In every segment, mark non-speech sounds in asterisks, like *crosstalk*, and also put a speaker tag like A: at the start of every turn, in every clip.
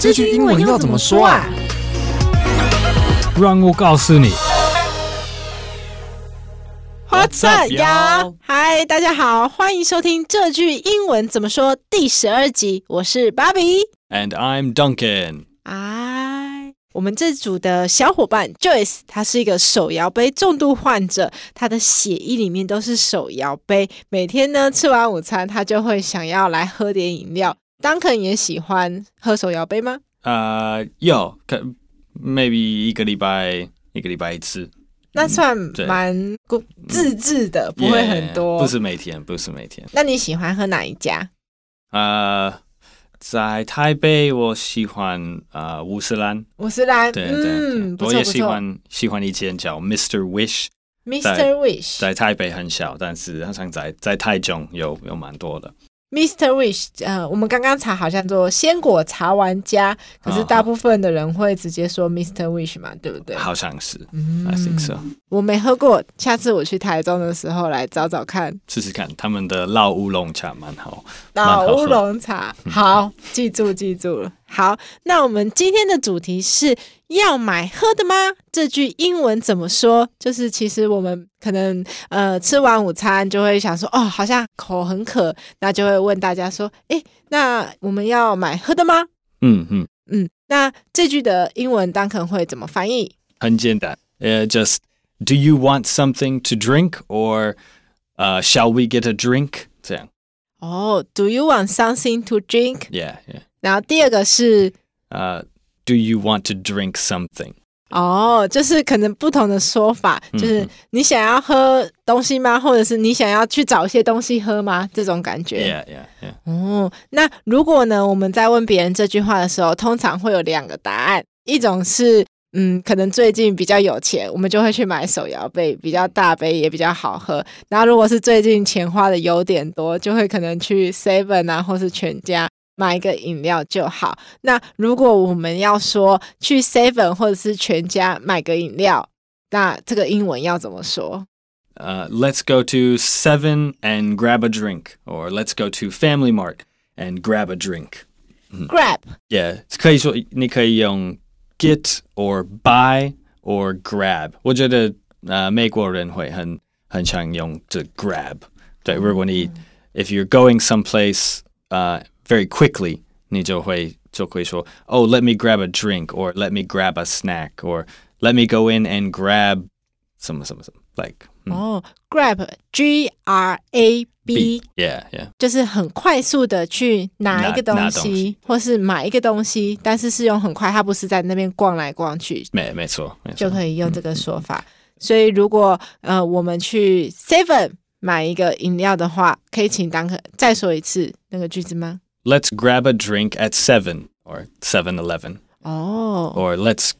A: 这句英文要怎么说啊？
B: 让我告诉你，
C: 花赞
B: What's up,
C: 呀
B: y'all？！
C: 嗨，大家好，欢迎收听这句英文怎么说第十二集，我是芭比。
B: And I'm Duncan。
C: 哎，我们这组的小伙伴 Joyce，她是一个手摇杯重度患者，她的血液里面都是手摇杯。每天呢，吃完午餐，她就会想要来喝点饮料。Duncan 也喜欢喝手摇杯吗？
B: 呃，有可 maybe 一个礼拜一个礼拜一次，
C: 那算
B: 对
C: 蛮固自制的，不会很
B: Yeah，
C: 多。
B: 不是每天，不是每天。
C: 那你喜欢喝哪一家？
B: 呃，在台北我喜欢呃乌斯兰，
C: 五十兰，
B: 对对
C: 嗯，
B: 对
C: 不
B: 我
C: 错
B: 也
C: 不
B: 喜
C: 错。
B: 欢喜欢一间叫 Mr. Wish，
C: Mr. Wish，
B: 在台北很小，但是好像在在台中有有蛮多的。
C: Mr. Wish，呃，我们刚刚查好像做鲜果茶玩家，可
B: 啊
C: 是大部分的人会直接说 Mr. Wish 嘛，对不对？
B: 好像是、
C: 嗯
B: I think so，
C: 我没喝过，下次我去台中的时候来找找看。
B: 试试看他们的老乌龙茶蛮好。
C: 老
B: 蛮好喝
C: 乌龙茶，好，记住记住了。好，那我们今天的主题是要买喝的吗？这句英文怎么说？就是其实我们可能呃吃完午餐就会想说，哦，好像口很渴，那就会问大家说，诶，那我们要买喝的吗？
B: 嗯嗯，
C: 嗯，那这句的英文当肯会怎么翻译？
B: 很简单。呃、just Uh, do you want something to drink or 呃、shall we get a drink？这样
C: 哦、d o you want something to drink？
B: ，yeah yeah。
C: 然后第二个是
B: 呃、d o you want to drink something？
C: 哦就是可能不同的说法，就是你想要喝东西吗？或者是你想要去找一些东西喝吗？这种感觉。
B: Yeah yeah yeah。
C: 哦，那如果呢，我们在问别人这句话的时候，通常会有两个答案，一种是。嗯，可能最近比较有钱，我们就会去买手摇杯，比较大杯也比较好喝。然后如果是最近钱花的有点多，就会可能去 Seven 啊，或是全家买一个饮料就好。那如果我们要说去 Seven 或者是全家买个饮料，那这个英文要怎么说？
B: Uh, let's go to Seven and grab a drink, or let's go to Family Mart and grab a drink.
C: Grab
B: Yeah, 可以说你可以用 get or buy or grab. uh, 我觉得呃美国人会很很常用这 grab. 对，如果你 if you're going someplace uh very quickly, 你就会就会说 oh let me grab a drink or let me grab a snack or let me go in and grab 什么什么什么 like 嗯
C: 哦、g r a b G R A B
B: beat. Yeah, yeah.
C: 就是很快速的去拿一个东
B: 拿拿
C: 西，
B: 东西
C: 或是买一个东西，但是是用很快，它不是在那边逛来逛去，
B: 没没错没
C: 就
B: 错。
C: 可以用这个说法。所以如果呃我们去 Seven 买一个饮料的话，可以请当可再说一次那个句子吗？
B: Let's grab a drink at seven or Seven Eleven.
C: 哦
B: or let's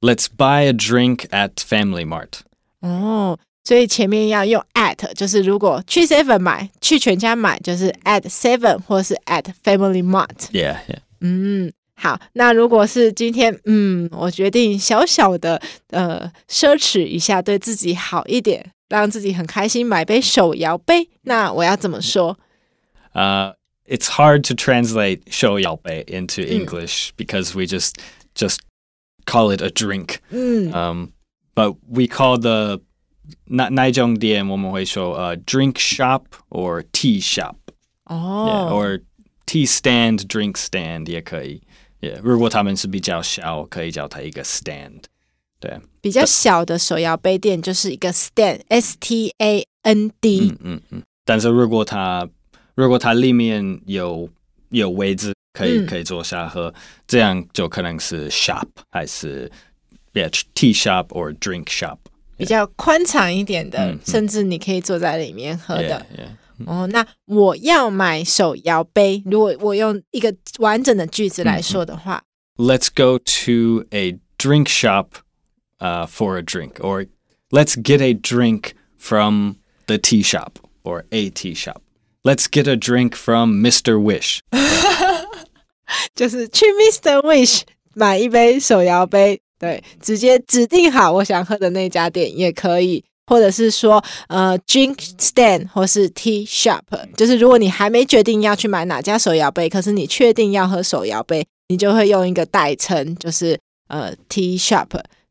B: let's buy a drink at Family Mart.
C: 哦，所以前面要用 at，就是如果去 Seven 买，去全家买，就是 at Seven 或是 at Family Mart。
B: Yeah, yeah.
C: 嗯，好，那如果是今天，嗯，我决定小小的呃奢侈一下，对自己好一点，让自己很开心，买杯手摇杯。那我要怎么说？
B: Uh, it's hard to translate show yaope into English because we just just call it a drink.
C: 嗯
B: Um, but we call the na naijong diem show a drink shop or tea shop.
C: 哦
B: Yeah, or tea stand, drink stand 也可以。Yeah, 如果他们是比较小，可以叫它一个 stand。
C: 比
B: 呃
C: 较小的手摇杯店就是一个 stand，S T A N D，、
B: 嗯嗯嗯。但是如果它如果它里面有有位置，可以
C: 嗯
B: 可以坐下喝，这样就可能是 shop 还是 yeah tea shop or drink shop
C: 比较宽敞一点的，
B: 嗯嗯
C: 甚至你可以坐在里面喝
B: yeah,
C: 的。
B: yeah.
C: 哦，那我要买手摇杯。如果我用一个完整的句子
B: 嗯
C: 来说的话，
B: Let's go to a drink shop uh, for a drink, or let's get a drink from the tea shop or a tea shop. Let's get a drink from Mr. Wish.
C: 就是去 Mr. Wish 买一杯手摇杯，对，直接指定好我想喝的那家店也可以，或者是说呃 drink stand 或是 tea shop，就是如果你还没决定要去买哪家手摇杯，可是你确定要喝手摇杯，你就会用一个代称，就是呃 tea shop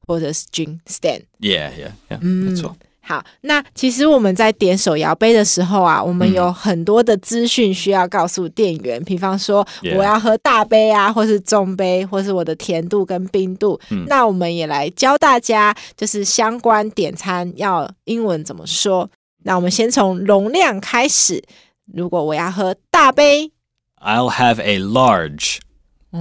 C: 或者是 drink stand。
B: Yeah, yeah, yeah.
C: 嗯
B: 没错。
C: 好，那其实我们在点手摇杯的时候啊，我们
B: 嗯
C: 有很多的资讯需要告诉店员，比方说
B: Yeah
C: 我要喝大杯啊，或是中杯，或是我的甜度跟冰度。
B: 嗯
C: 那我们也来教大家，就是相关点餐要英文怎么说。那我们先从容量开始。如果我要喝大杯，
B: I'll have a large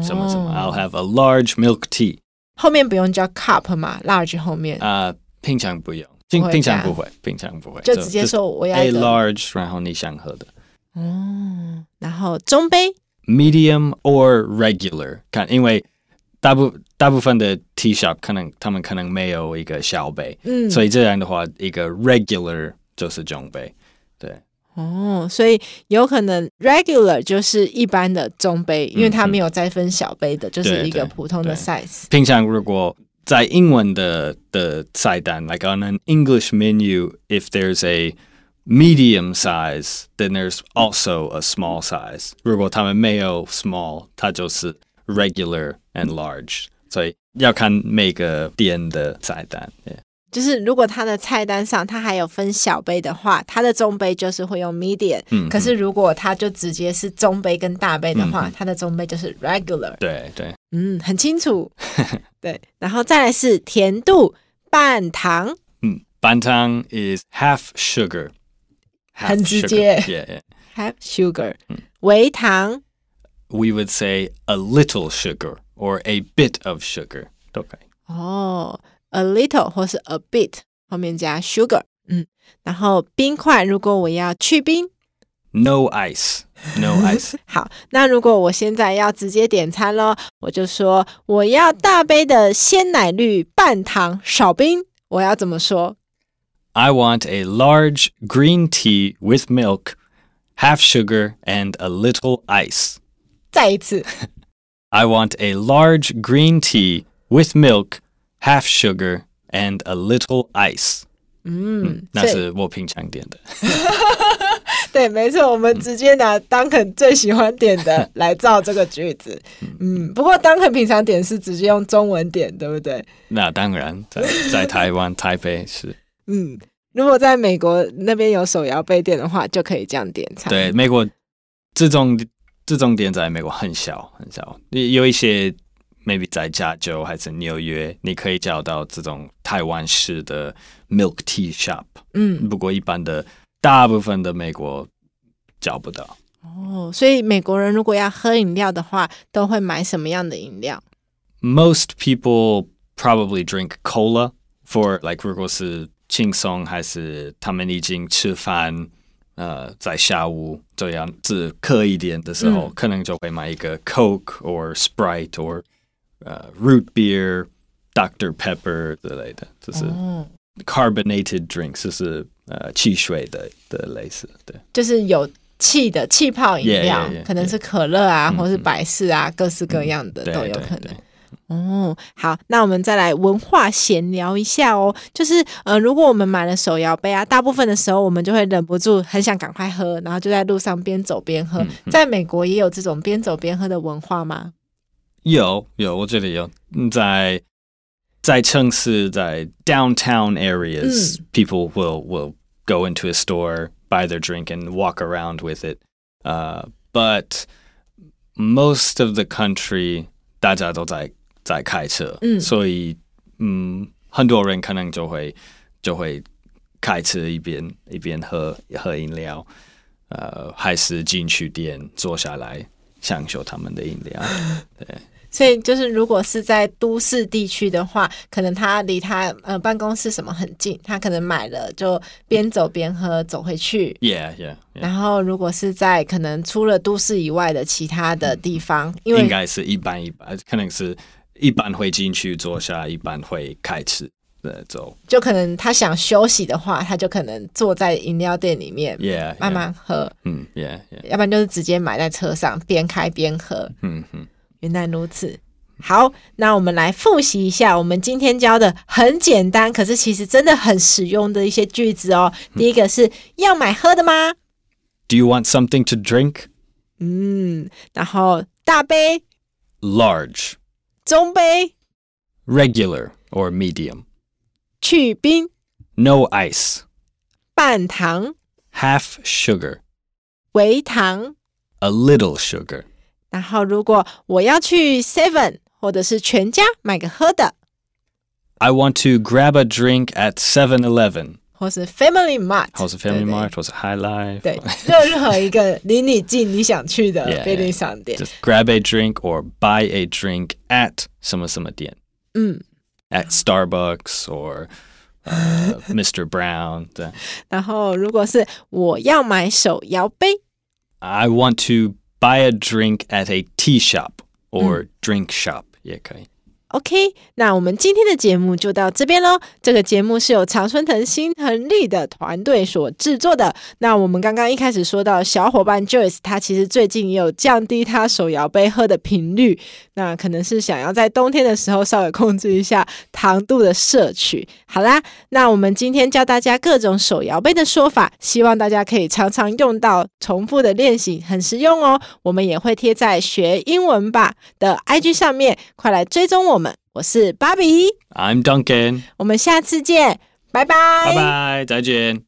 B: 什么什么、i l l have a large milk tea
C: 哦后面不用叫 cup 嘛，large 后面、
B: 啊、平常不用，
C: 不
B: 平
C: 会
B: 平
C: 这
B: 常
C: 样
B: 不会，平常不会，
C: 就直接说我要
B: a
C: 一个
B: large，然后你想喝的
C: 哦，然后中杯
B: medium or regular，看，因为大部大部分的 tea shop 可能他们可能没有一个小杯，
C: 嗯
B: 所以这样的话，一个 regular 就是中杯，对。
C: 哦，所以有可能 regular 就是一般的中杯，因为它没有再分小杯的，就是
B: 嗯对
C: 一个
B: 对
C: 普通的
B: 对
C: size。
B: 平常如果在英文的的菜单，like on an English menu, if there's a medium size, then there's also a small size. 如果他们没有 small，它就是 regular and large。所以要看每个店的菜单。Yeah.
C: 就是如果它的菜单上它还有分小杯的话，它的中杯就是会用 medium。
B: 嗯嗯
C: 可是如果它就直接是中杯跟大杯的话，它的中杯就是 regular。
B: 对对，
C: 嗯，很清
B: *laughs*
C: 楚。对，然后再来是甜度半糖，
B: 嗯，半糖 is half sugar，
C: 很直接
B: Yeah, yeah.
C: 还有 sugar
B: 嗯
C: 微糖。
B: We would say a little sugar or a bit of sugar 都可以。
C: 哦，a little 或是 a bit 后面加 sugar，嗯，然后冰块，如果我要去冰，
B: No ice, no ice.
C: 好，那如果我现在要直接点餐咯，我就说我要大杯的鲜奶绿半糖少冰，我要怎么说？
B: I want a large green tea with milk, half sugar, and a little ice.
C: 再一次， *laughs*
B: I want a large green tea with milk, half sugar, and a little ice. Hmm.
C: 嗯，所以
B: *laughs* 那是我平常点的。
C: 对，没错，我们直接拿 Duncan 最喜欢点的来造这个句子。嗯，不过 Duncan 平常点是直接用中文点，对不对？
B: 那当然，在-在台湾台北是。
C: 嗯，如果在美国那边有手摇杯店的话，就可以这样点餐。
B: 对，美国这种这种点在美国很小很小，有有一些 maybe 在加州还是纽约，你可以找到这种台湾式的 milk tea shop。
C: 嗯，
B: 不过一般的大部分的美国找不到。
C: 哦，所以美国人如果要喝饮料的话，都会买什么样的饮料？
B: Most people probably drink cola for like 如果是轻松还是他们已经吃饭。呃，在下午这样子渴一点的时候，可能就会买一个 Coke or Sprite or 呃 root beer、Dr Pepper 之类的，就是 carbonated drinks，就是呃汽水的的类似。对，
C: 就是有气的气泡饮料
B: Yeah, yeah, yeah,
C: 可能是可乐啊，
B: 嗯
C: 或是百事啊，各式各样的
B: 对
C: 都有
B: 对
C: 可能
B: 对。
C: 哦，好，那我们再来文化闲聊一下哦。就是呃，如果我们买了手摇杯啊，大部分的时候我们就会忍不住很想赶快喝，然后就在路上边走边
B: 嗯
C: 喝。在美国也有这种边走边喝的文化吗？
B: 有有，我这里有嗯在在城市在 downtown areas,、people will will go into a store, buy their drink, and walk around with it. Uh, but most of the country 大家都在在开车，
C: 嗯
B: 所以嗯，很多人可能就会就会开车一边一边喝喝饮料，呃，还是进去店坐下来享受他们的饮料。
C: 所以就是，如果是在都市地区的话，可能他离他呃办公室什么很近，他可能买了就边走边喝走回去。
B: Yeah, yeah, yeah.
C: 然后，如果是在可能除了都市以外的其他的地方，因
B: 应
C: 为
B: 该是一般一般，可能是一般会进去坐下，一般会开始呃走。
C: 就可能他想休息的话，他就可能坐在饮料店里面
B: Yeah，
C: 慢慢喝，
B: yeah，嗯，Yeah, yeah，
C: 要不然就是直接买在车上边开边喝。
B: 嗯嗯，
C: 原来如此。好，那我们来复习一下我们今天教的很简单，可是其实真的很实用的一些句子哦。第一个是要买喝的吗？
B: Do you want something to drink?
C: 嗯嗯，然后大杯
B: large,
C: 中杯
B: regular or medium,
C: 去冰
B: no ice,
C: 半糖
B: half sugar,
C: 微糖。
B: a little sugar.
C: 然后如果我要去 Seven 或者是全家买个喝的，
B: I want to grab a drink at 7 Eleven.
C: 或是 Family Mart，
B: How's the Family
C: 对不对
B: Mart? How's the High Life?
C: 对，任何一个离你近你想去的
B: Yeah,
C: 便利商店。
B: Just grab a drink or buy a drink at 什么什么店.
C: 嗯，
B: At Starbucks or uh, *laughs* Mr. Brown. 对。
C: 然后如果是我要买手摇杯，
B: I want to buy a drink at a tea shop or drink shop. 也可以.
C: OK，那我们今天的节目就到这边喽。这个节目是由常春藤新恒利的团队所制作的。那我们刚刚一开始说到，小伙伴 Joyce 他其实最近也有降低他手摇杯喝的频率，那可能是想要在冬天的时候稍微控制一下糖度的摄取。好啦，那我们今天教大家各种手摇杯的说法，希望大家可以常常用到，重复的练习很实用哦。我们也会贴在学英文吧的 IG 上面，快来追踪我们。我是芭比，
B: I'm Duncan.
C: 我们下次见，拜
B: Bye bye. 再见.